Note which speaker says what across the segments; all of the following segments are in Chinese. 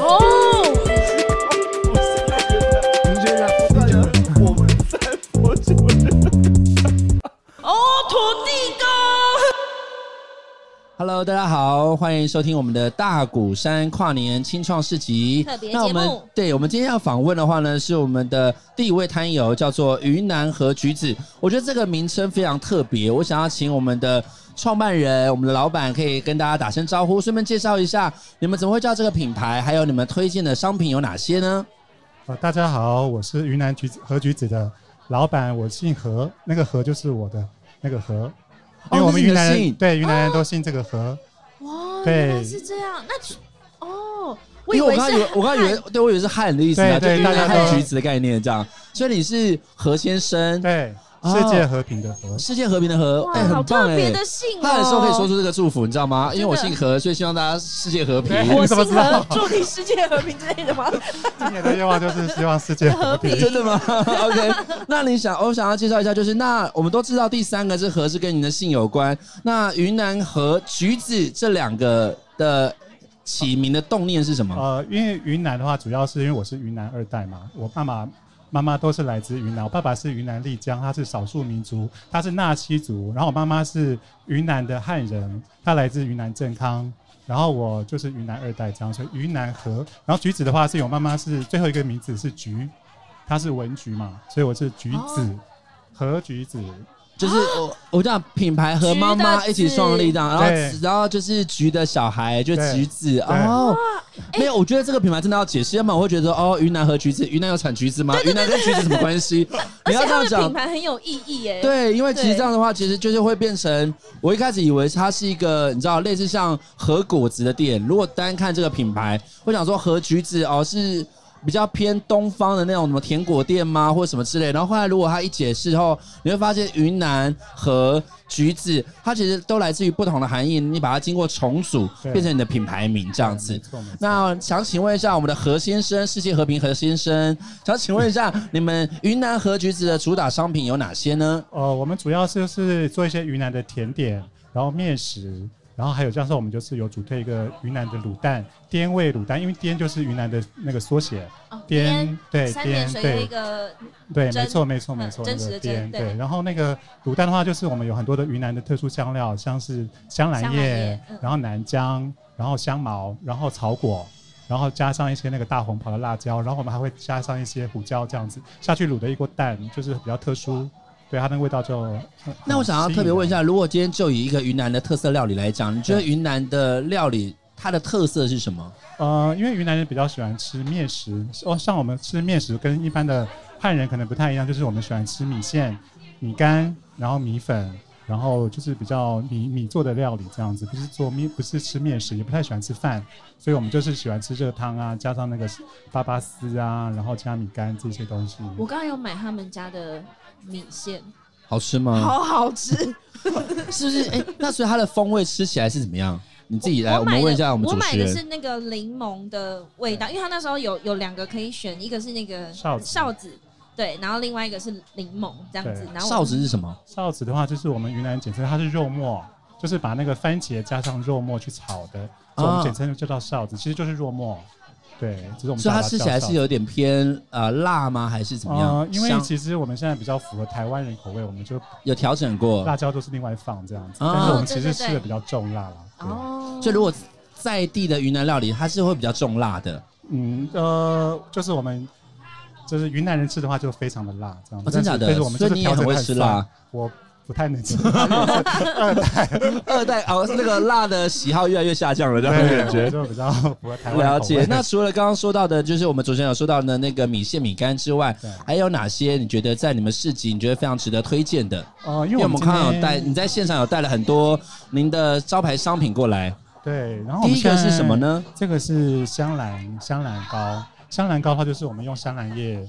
Speaker 1: 哦，
Speaker 2: 我们在佛祖的
Speaker 1: 哦，土地公，
Speaker 3: Hello，大家好，欢迎收听我们的大鼓山跨年清创市集
Speaker 4: 特别节目
Speaker 3: 那我们对我们今天要访问的话呢，是我们的第一位摊友，叫做云南和橘子。我觉得这个名称非常特别，我想要请我们的创办人、我们的老板可以跟大家打声招呼，顺便介绍一下你们怎么会叫这个品牌，还有你们推荐的商品有哪些呢？
Speaker 5: 呃，大家好，我是云南橘子和橘子的老板，我姓何，那个何就是我的那个何，因为我
Speaker 3: 哦那是
Speaker 5: 们
Speaker 3: 你的
Speaker 5: 云南人、
Speaker 3: 姓哦
Speaker 5: 对云南人都姓这个何，
Speaker 4: 哇，
Speaker 5: 对
Speaker 4: 原来是这样。那哦，我以
Speaker 3: 因为
Speaker 4: 为
Speaker 3: 我刚刚以
Speaker 4: 是
Speaker 3: 为，我刚刚以为，对我以为是汉的意思啊，
Speaker 5: 对对
Speaker 3: 就云南
Speaker 5: 大家
Speaker 3: 和
Speaker 5: 都
Speaker 3: 橘子的概念这样。所以你是何先生，
Speaker 5: 对，
Speaker 3: 哦
Speaker 5: 世界和平的 和，
Speaker 3: 世界和平的和，
Speaker 4: 哇，
Speaker 3: 哎、
Speaker 4: 好
Speaker 3: 很棒
Speaker 4: 特
Speaker 3: 哎、
Speaker 4: 别的姓哦。
Speaker 3: 他很时候可以说出这个祝福，你知道
Speaker 4: 真
Speaker 3: 吗？
Speaker 4: 的
Speaker 3: 因为我姓何，所以希望大家世界和平。
Speaker 1: 我
Speaker 5: 你
Speaker 1: 姓
Speaker 5: 怎么知道
Speaker 1: 何，祝你世界和平之类的 吗？
Speaker 5: 今年的愿望就是希望世界和平。
Speaker 3: 真的吗 ？OK，那你想，我想要介绍一下，就是那我们都知道第三个是和是跟你的姓有关，那云南和橘子这两个的起名的动念是什
Speaker 4: 哦
Speaker 3: 么？
Speaker 5: 呃，因为云南的话，主要是因为我是云南二代嘛，我爸爸妈妈都是来自云南，我爸爸是云南丽江，他是少数民族，他是纳西族，然后我妈妈是云南的汉人，她来自云南健康。然后我就是云南二代这样，所以云南和，然后橘子的话是因为我妈妈是最后一个名字是橘，她是文橘嘛，所以我是橘子和橘子，
Speaker 3: 就是我我这样品牌和妈妈一起创立这样，然后
Speaker 5: 对
Speaker 3: 然后就是橘的小孩就橘子哦。没有，我觉得这个品牌真的要解释，要么我会觉得哦，云南和橘子，云南有产橘子吗？云南跟橘子什么关系？
Speaker 4: 而
Speaker 3: 你要
Speaker 4: 且
Speaker 3: 这
Speaker 4: 它
Speaker 3: 样
Speaker 4: 的
Speaker 3: 讲
Speaker 4: 品，牌很有意义耶。，
Speaker 3: 对，因为其实
Speaker 4: 对
Speaker 3: 这样的话，其实就是会变成我一开始以为它是一个你知道类似像和果子的店。如果单看这个品牌，我想说和橘子哦是比较偏东方的那种什么甜果店吗，或者什么之类。然后后来如果它一解释后，你会发现云南和橘子，它其实都来自于不同的含义，你把它经过重组，
Speaker 5: 对
Speaker 3: 变成你的品牌名这样子
Speaker 5: 没。错没错
Speaker 3: 那想请问一下我们的何先生，世界和平何先生，想请问一下你们云南和橘子的主打商品有哪些呢？
Speaker 5: 呃，我们主要是就是做一些云南的甜点，然后面食，然后还有像是我们就是有主推一个云南的卤蛋，滇味卤蛋，因为滇就是云南的那个缩写，
Speaker 4: 哦，
Speaker 5: 滇
Speaker 4: 边
Speaker 5: 对
Speaker 4: 三点
Speaker 5: 滇
Speaker 4: 水的一
Speaker 5: 对
Speaker 4: 个
Speaker 5: 对，
Speaker 4: 真
Speaker 5: 没错没错没
Speaker 4: 嗯
Speaker 5: 错，
Speaker 4: 真
Speaker 5: 那
Speaker 4: 实
Speaker 5: 个
Speaker 4: 的真
Speaker 5: 滇
Speaker 4: 对
Speaker 5: 对。然后那个卤蛋的话，就是我们有很多的云南的特殊香料，像是香兰
Speaker 4: 香兰叶
Speaker 5: 叶
Speaker 4: 嗯，
Speaker 5: 然后南姜，然后香茅，然后草果。然后加上一些那个大红袍的辣椒，然后我们还会加上一些胡椒，这样子下去卤的一锅蛋，就是比较特殊，对它那个味道就很。很
Speaker 3: 那我想要
Speaker 5: 吸引
Speaker 3: 特别问
Speaker 5: 人
Speaker 3: 一下，如果今天就以一个云南的特色料理来讲，你觉得云南的料理它的特色是什么？
Speaker 5: 呃，因为云南人比较喜欢吃面食，哦，像我们吃面食跟一般的汉人可能不太一样，就是我们喜欢吃米线、米干，然后米粉，然后就是比较米米做的料理这样子，不是做面，不是吃面食，也不太喜欢吃饭，所以我们就是喜欢吃热汤啊，加上那个粑粑丝啊，然后加米干这些东西。
Speaker 3: 嗯
Speaker 4: 我刚刚有买他们家的米线，
Speaker 3: 好吃吗？
Speaker 1: 好好吃。
Speaker 3: 是不是？ 哎、那所以它的风味吃起来是怎么样？你自己来，我
Speaker 4: 买
Speaker 3: 们
Speaker 4: 的
Speaker 3: 问一下我们
Speaker 4: 我
Speaker 3: 主
Speaker 4: 买
Speaker 3: 持
Speaker 4: 的
Speaker 3: 人。
Speaker 4: 是那个柠檬的味道，因为他那时候有有两个可以选，一个是那个
Speaker 5: 哨子
Speaker 4: 哨子，对，然后另外一个是柠檬这样子，
Speaker 5: 对
Speaker 4: 然后我
Speaker 3: 哨子是什么？
Speaker 5: 臊子的话，就是我们云南简称它是肉末，就是把那个番茄加上肉末去炒的，所以我
Speaker 3: 啊
Speaker 5: 们简称就叫臊子，其实就是肉末。对，只是我们
Speaker 3: 所以它
Speaker 5: 叫它
Speaker 3: 吃
Speaker 5: 叫
Speaker 3: 起来
Speaker 5: 臊
Speaker 3: 是
Speaker 5: 子
Speaker 3: 有点偏呃辣吗？还是怎么样？
Speaker 5: 呃因为
Speaker 3: 香哦
Speaker 5: 其实我们现在比较符合台湾人口味，我们就
Speaker 3: 有调整过，
Speaker 5: 辣椒都是另外放这样子，
Speaker 3: 啊
Speaker 5: 但是我们
Speaker 4: 对
Speaker 5: 其
Speaker 4: 对
Speaker 5: 实吃
Speaker 4: 对
Speaker 5: 的比较重辣了。对
Speaker 4: 哦，
Speaker 3: 所以如果在地的云南料理，它是会比较重辣的。
Speaker 5: 嗯呃，就是我们就是云南人吃的话就非常的辣这样子，
Speaker 3: 哦真
Speaker 5: 但
Speaker 3: 假
Speaker 5: 是
Speaker 3: 的
Speaker 5: 但是我们就是
Speaker 3: 所以你也
Speaker 5: 调整
Speaker 3: 很
Speaker 5: 得
Speaker 3: 会
Speaker 5: 很
Speaker 3: 吃
Speaker 5: 酸
Speaker 3: 辣。
Speaker 5: 我不 太能吃，二代
Speaker 3: 二代哦，那个辣的喜好越来越下降了，这样的感觉。
Speaker 5: 就比较符合台湾
Speaker 3: 了
Speaker 5: 口味
Speaker 3: 解。那除了刚刚说到的，就是我们主持人有说到的那个米线、米干之外
Speaker 5: 对，
Speaker 3: 还有哪些你觉得在你们市集你觉得非常值得推荐的？
Speaker 5: 哦，因
Speaker 3: 因为
Speaker 5: 为我
Speaker 3: 我
Speaker 5: 们
Speaker 3: 们
Speaker 5: 今
Speaker 3: 看到
Speaker 5: 天
Speaker 3: 有带你在现场有带了很多您的招牌商品过来，
Speaker 5: 对，然后我
Speaker 3: 第
Speaker 5: 们
Speaker 3: 一个是
Speaker 5: 现在
Speaker 3: 什么？呢？
Speaker 5: 这个是香兰香兰糕，香兰糕它就是我们用香兰叶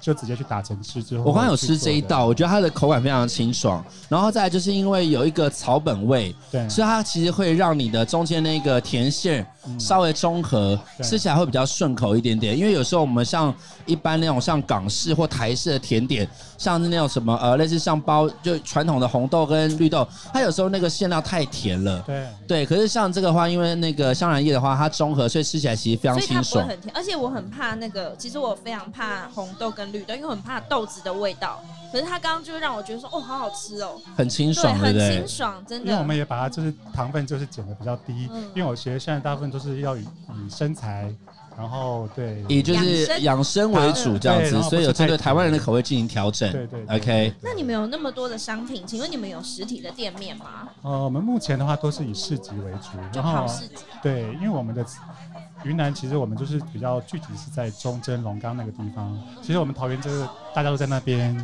Speaker 5: 就直接去打成汁之后，
Speaker 3: 我刚刚有吃这一道，，我觉得它的口感非常清爽，然后再来就是因为有一个草本味，
Speaker 5: 对，
Speaker 3: 所以它其实会让你的中间那个甜馅
Speaker 5: 嗯
Speaker 3: 稍微中和，
Speaker 5: 对
Speaker 3: 吃起来会比较顺口一点点。因为有时候我们像一般那种像港式或台式的甜点，像是那种什么呃类似像包就传统的红豆跟绿豆，它有时候那个馅料太甜了。
Speaker 5: 对
Speaker 3: 对，可是像这个话，因为那个香兰叶的话，它中和，所以吃起来其实非常
Speaker 4: 所以它不
Speaker 3: 清
Speaker 4: 会
Speaker 3: 爽。
Speaker 4: 很甜，而且我很怕那个，其实我非常怕红豆跟绿豆，因为我很怕豆子的味道。可是它刚刚就让我觉得说，哦，好好吃哦，
Speaker 3: 很清
Speaker 4: 对，
Speaker 3: 爽，对
Speaker 4: 很
Speaker 3: 不
Speaker 4: 清
Speaker 3: 对？
Speaker 4: 爽，真
Speaker 5: 因为我们
Speaker 4: 的。
Speaker 5: 也把它就是糖分就是减的比较低，
Speaker 4: 嗯
Speaker 5: 因为我觉得现在大部分都是要以以身材，然后对
Speaker 3: 以就是养生为主这样
Speaker 5: 对然
Speaker 3: 子，
Speaker 5: 后
Speaker 3: 所以有针
Speaker 5: 不
Speaker 3: 对
Speaker 5: 是太
Speaker 3: 台湾人的口味进行调整。
Speaker 5: 对对对
Speaker 3: OK，
Speaker 4: 那你们有那么多的商品，请问你们有实体的店面吗？
Speaker 5: 呃，我们目前的话都是以市集为主，
Speaker 4: 就
Speaker 5: 然
Speaker 4: 好
Speaker 5: 后啊
Speaker 4: 市集，
Speaker 5: 对，因为我们的云南其实我们就是比较聚集是在忠贞龙岗那个地方，其实我们桃园就是大家都在那边，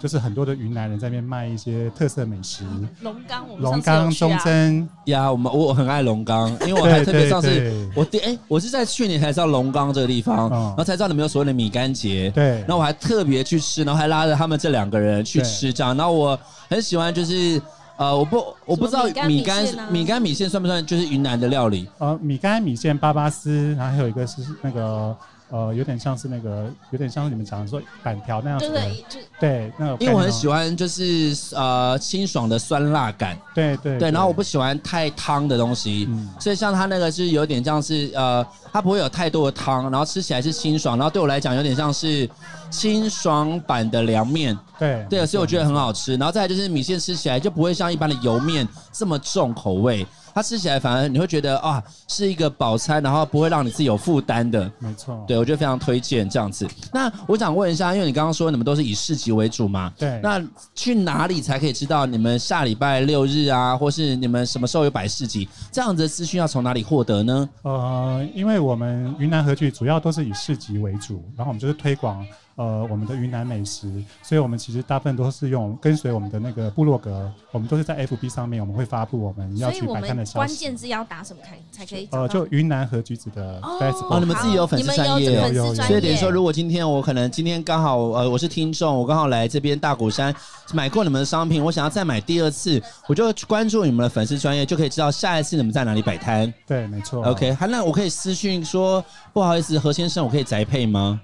Speaker 5: 就是很多的云南人在那边卖一些特色美食，
Speaker 4: 龙岗，我们
Speaker 5: 龙
Speaker 4: 上
Speaker 5: 岗、
Speaker 4: 次有去
Speaker 5: 忠
Speaker 4: 啊。
Speaker 5: 贞，
Speaker 3: 呀，我们我我很爱龙 岗，因为我哦还
Speaker 5: 对
Speaker 3: 特别
Speaker 5: 对
Speaker 3: 上次
Speaker 5: 对
Speaker 3: 我第哎、我是在去年才知道龙岗这个地方，
Speaker 5: 嗯
Speaker 3: 然后才知道你们有所谓的米干节。
Speaker 5: 对
Speaker 3: 然，后我还特别去吃，然后还拉着他们这两个人去吃这样。然后我很喜欢，就是呃，我不我不知道
Speaker 4: 什么
Speaker 3: 米
Speaker 4: 米
Speaker 3: 干
Speaker 4: 干米线啊
Speaker 3: 米干米线算不算就是云南的料理？
Speaker 5: 呃，米干、米线、巴巴丝，然后还有一个是那个呃，有点像是那个，有点像是你们讲的说板条那样
Speaker 4: 就
Speaker 5: 子
Speaker 4: 是
Speaker 5: 的，
Speaker 4: 就
Speaker 5: 对，那个
Speaker 3: 因为我很喜
Speaker 5: 欢，
Speaker 3: 欢就是呃清爽的酸辣感，
Speaker 5: 对对
Speaker 3: 对。然后我不喜欢太汤的东西。
Speaker 5: 嗯，
Speaker 3: 所以像它那个是有点像是呃，它不会有太多的汤，然后吃起来是清爽，然后对我来讲有点像是清爽版的凉面，
Speaker 5: 对
Speaker 3: 对，所以我觉得很好吃。然后再来就是米线吃起来就不会像一般的油面这么重口味，它吃起来反而你会觉得啊是一个饱餐，然后不会让你自己有负担的。
Speaker 5: 没错，
Speaker 3: 对，我觉得非常推荐这样子。那我想问一下，因为你刚刚说你们都是以市集为主嘛，
Speaker 5: 对
Speaker 3: 那去哪里才可以知道你们下礼拜六日啊，或是你们什么时候有摆市集？这样子的资讯要从哪里获得呢？
Speaker 5: 呃，因为我们云南和聚主要都是以市集为主，然后我们就是推广呃我们的云南美食，所以我们其实大部分都是用跟随我们的那个部落格，我们都是在 FB 上面我们会发布我们要
Speaker 4: 所以
Speaker 5: 去
Speaker 4: 我
Speaker 5: 摆摊的
Speaker 4: 们
Speaker 5: 消
Speaker 4: 关
Speaker 5: 息
Speaker 4: 键。字要打什么才才可以找
Speaker 5: 呃，
Speaker 4: 到？
Speaker 5: 就云南和橘子的
Speaker 4: 哦
Speaker 5: Facebook，、
Speaker 3: 哦你们自己有粉丝专业哦
Speaker 4: 你们有
Speaker 5: 有有
Speaker 4: 粉丝专业，
Speaker 3: 所以等于说，如果今天我可能今天刚好呃我是听众，我刚好来这边大鼓山买过你们的商品，我想要再买第二次，我就关注你们的粉丝专业，就可以知道下一次你们在哪里摆摊。
Speaker 5: 对，没错。
Speaker 3: OK，还那我可以私讯说不好意思，何先生，我可以宅配吗？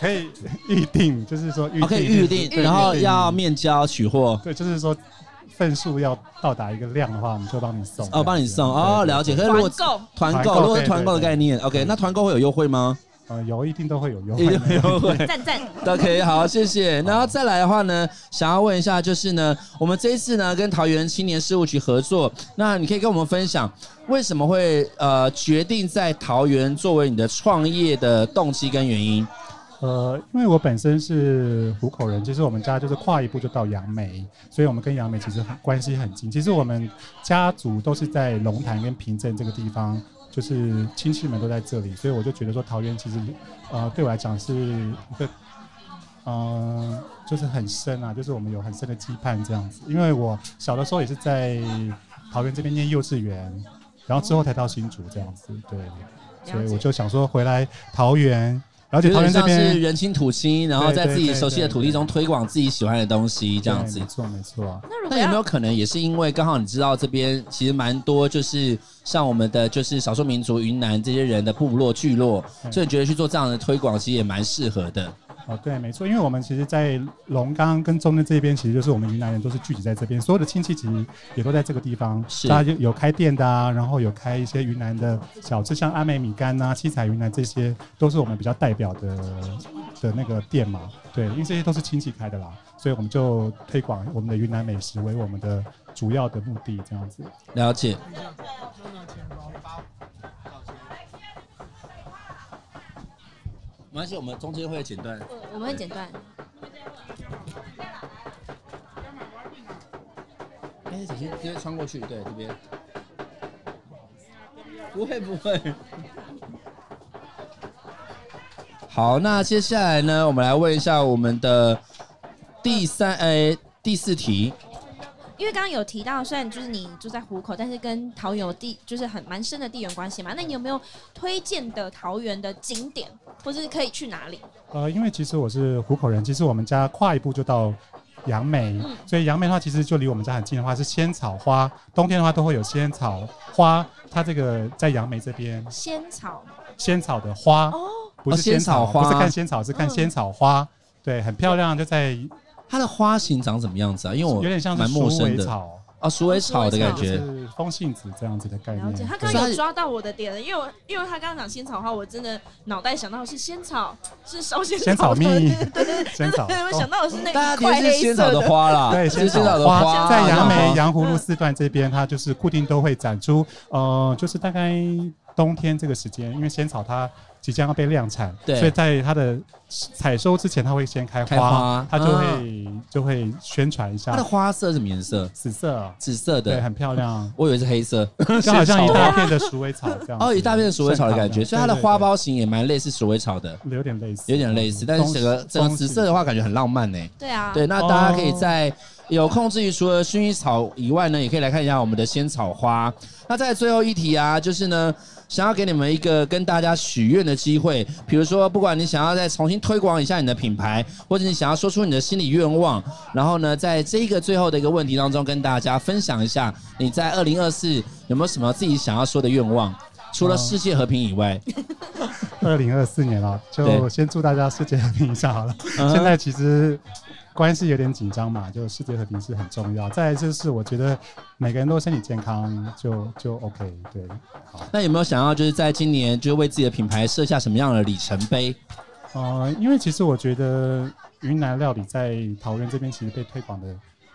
Speaker 5: 可以预定，就是说预
Speaker 3: 我哦
Speaker 5: 定，
Speaker 3: 可以预定，
Speaker 5: 对
Speaker 3: 然后
Speaker 5: 预定
Speaker 3: 要面交取货。
Speaker 5: 对，就是说份数要到达一个量的话，我们就帮你送。
Speaker 3: 哦，帮你送
Speaker 5: 这样子
Speaker 3: 哦，了。解。可是如
Speaker 4: 团 购，
Speaker 3: 果团
Speaker 5: 团
Speaker 3: 购，
Speaker 5: 购
Speaker 3: 如果是
Speaker 5: 对
Speaker 3: 团购的
Speaker 5: 对对
Speaker 3: 概念，OK，那团购会有优惠吗？
Speaker 5: 对呃，有一定都会有优
Speaker 3: 有
Speaker 5: 惠。
Speaker 3: 优惠。
Speaker 4: 赞赞，
Speaker 3: OK，好，谢谢。然后再来的话呢，想要问一下，就是呢，我们这一次呢跟桃园青年事务局合作，那你可以跟我们分享为什么会呃决定在桃园作为你的创业的动机跟原因？
Speaker 5: 呃，因为我本身是湖口人，其实我们家就是跨一步就到杨梅，所以我们跟杨梅其实很关系很近。其实我们家族都是在龙潭跟平镇这个地方，就是亲戚们都在这里，所以我就觉得说桃园其实，呃，对我来讲是一个，呃，就是很深啊，就是我们有很深的羁绊这样子。因为我小的时候也是在桃园这边念幼稚园，然后之后才到新竹这样子，对，所以我就想说回来桃园。而且
Speaker 3: 有
Speaker 5: 桃
Speaker 3: 点
Speaker 5: 园这
Speaker 3: 像
Speaker 5: 边
Speaker 3: 是人亲土亲，然后在
Speaker 5: 对对
Speaker 3: 自己
Speaker 5: 对
Speaker 3: 熟悉的
Speaker 5: 对
Speaker 3: 土地中推广自己喜欢的东西，这样
Speaker 5: 对
Speaker 3: 子
Speaker 5: 没。错没错。
Speaker 4: 那如果
Speaker 3: 那有没
Speaker 4: 要
Speaker 3: 有可能也是因为刚好你知道这边其实蛮多就是像我们的就是少数民族云南这些人的部落聚落，
Speaker 5: 嗯
Speaker 3: 所以你觉得去做这样的推广其实也蛮适合的。
Speaker 5: 哦，对，没错，因为我们其实，在龙岗跟中正这边，其实就是我们云南人都是聚集在这边，所有的亲戚其实也都在这个地方。
Speaker 3: 是
Speaker 5: 大家有有开店的啊，然后有开一些云南的小吃，像阿美米干呐、七彩云南这些，都是我们比较代表的的那个店嘛。对，因为这些都是亲戚开的啦，所以我们就推广我们的云南美食为我们的主要的目的，这样子。
Speaker 3: 了解。没关系，我们中间会剪断。
Speaker 4: 我我们会剪断。
Speaker 3: 哎，小心直接穿过去，对，这边。不会不会。好，那接下来呢，我们来问一下我们的第三哎、第四题，
Speaker 4: 因为刚刚有提到，虽然就是你住在湖口，但是跟桃园有地就是很蛮深的地缘关系嘛。那你有没有推荐的桃园的景点，或是可以去哪里？
Speaker 5: 呃，因为其实我是湖口人，其实我们家跨一步就到杨梅，
Speaker 4: 嗯
Speaker 5: 所以杨梅的话其实就离我们家很近的话是仙草花，冬天的话都会有仙草花，它这个在杨梅这边
Speaker 4: 仙草
Speaker 5: 仙草的花
Speaker 4: 哦，
Speaker 5: 不是
Speaker 3: 哦仙草花
Speaker 5: 不是看仙草，是看
Speaker 4: 嗯
Speaker 5: 仙草花，对，很漂亮，就在
Speaker 3: 它的花型长什么样子啊？因为我
Speaker 5: 有点像
Speaker 3: 蛮
Speaker 5: 是
Speaker 3: 陌
Speaker 5: 陌
Speaker 3: 生
Speaker 5: 生
Speaker 3: 的
Speaker 5: 草，
Speaker 3: 啊，鼠尾草的感
Speaker 4: 鼠
Speaker 5: 就
Speaker 3: 觉。
Speaker 5: 是风信子这样子的概
Speaker 4: 了解，
Speaker 5: 念。
Speaker 4: 他刚
Speaker 3: 所以
Speaker 4: 刚
Speaker 3: 它
Speaker 4: 有抓到我的点了，因为我因为他刚刚讲仙草花，我真的脑袋想到的是仙草，是烧仙
Speaker 5: 仙草
Speaker 4: 的
Speaker 5: 蜜
Speaker 4: 对对对，
Speaker 5: 仙 草
Speaker 4: 对我想到的是那
Speaker 3: 大家
Speaker 4: 哎一
Speaker 3: 觉得
Speaker 4: 块
Speaker 3: 是
Speaker 4: 黑
Speaker 3: 仙
Speaker 4: 色
Speaker 3: 草的，花啦，
Speaker 5: 对，
Speaker 3: 是仙草
Speaker 5: 草
Speaker 3: 的花，
Speaker 5: 在杨
Speaker 3: 然
Speaker 5: 梅
Speaker 3: 后
Speaker 5: 杨湖路
Speaker 4: 嗯
Speaker 5: 四段这边，它就是固定都会展出，呃，就是大概冬天这个时间，因为仙草它即将要被量产，
Speaker 3: 对
Speaker 5: 所以在它的采收之前，它会先开
Speaker 3: 开花
Speaker 5: 它就会就会宣传一
Speaker 3: 它的
Speaker 5: 下
Speaker 3: 花色是什么颜色？
Speaker 5: 紫色，
Speaker 3: 紫色
Speaker 5: 对，
Speaker 3: 的，
Speaker 5: 很漂亮，
Speaker 3: 我以为是黑色。
Speaker 5: 就好像一 大片的鼠尾草这样子，
Speaker 3: 哦，一大片鼠尾草的感觉，
Speaker 5: 盛
Speaker 3: 所
Speaker 5: 开
Speaker 3: 以它的
Speaker 5: 对对
Speaker 3: 花苞型也蛮类似鼠尾草的，
Speaker 5: 对有点类似，
Speaker 3: 有点类似，但是整个整个紫色的话，感觉很浪漫呢。
Speaker 4: 对啊，
Speaker 3: 对，那大家可以在有空之余，除了薰衣草以外呢，也可以来看一下我们的仙草花。那在最后一题啊，就是呢，想要给你们一个跟大家许愿的机会，比如说，不管你想要再重新推广一下你的品牌，或者你想要说出你的心里愿望，然后呢，在这个最后的一个问题当中，跟大家分享一下你在二零二四有没有什么自己想要说的愿望。除了
Speaker 5: 哦
Speaker 3: 世界和平以外，
Speaker 5: 二零二四年了，
Speaker 3: 对
Speaker 5: 就先祝大家世界和平一下好了。
Speaker 3: 嗯哼
Speaker 5: 现在其实关系有点紧张嘛，就世界和平是很重要。再来就是我觉得每个人都身体健康就就 OK，对，
Speaker 3: 那有没有想要就是在今年就是为自己的品牌设下什么样的里程碑？
Speaker 5: 呃，因为其实我觉得云南料理在桃园这边其实被推广的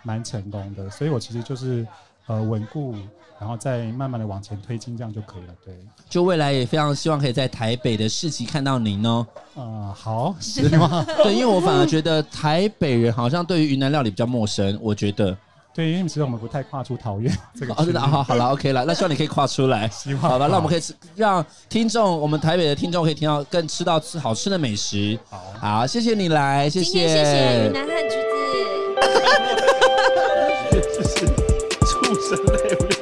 Speaker 5: 蛮成功的，所以我其实就是呃稳固，然后再慢慢的往前推进，这样就可以了。对，
Speaker 3: 就未来也非常希望可以在台北的市集看到您哦。
Speaker 5: 呃，好，是 吗？
Speaker 3: 对，因为我反而觉得台北人好像对于云南料理比较陌生，我觉得。
Speaker 5: 对，因为其实我们不太跨出桃园这个
Speaker 3: 哦，
Speaker 5: 区域，
Speaker 3: 真的，好好了，OK 了，那希望你可以跨出来。
Speaker 5: 希望
Speaker 3: 好吧，那我们可
Speaker 5: 以
Speaker 3: 以吃让听众，我们台北的听众可以听到更吃到吃好吃的美食。
Speaker 5: 好。
Speaker 3: 好，谢谢你来，谢
Speaker 4: 今天谢谢云南和橘子。
Speaker 2: 就是畜生类不了。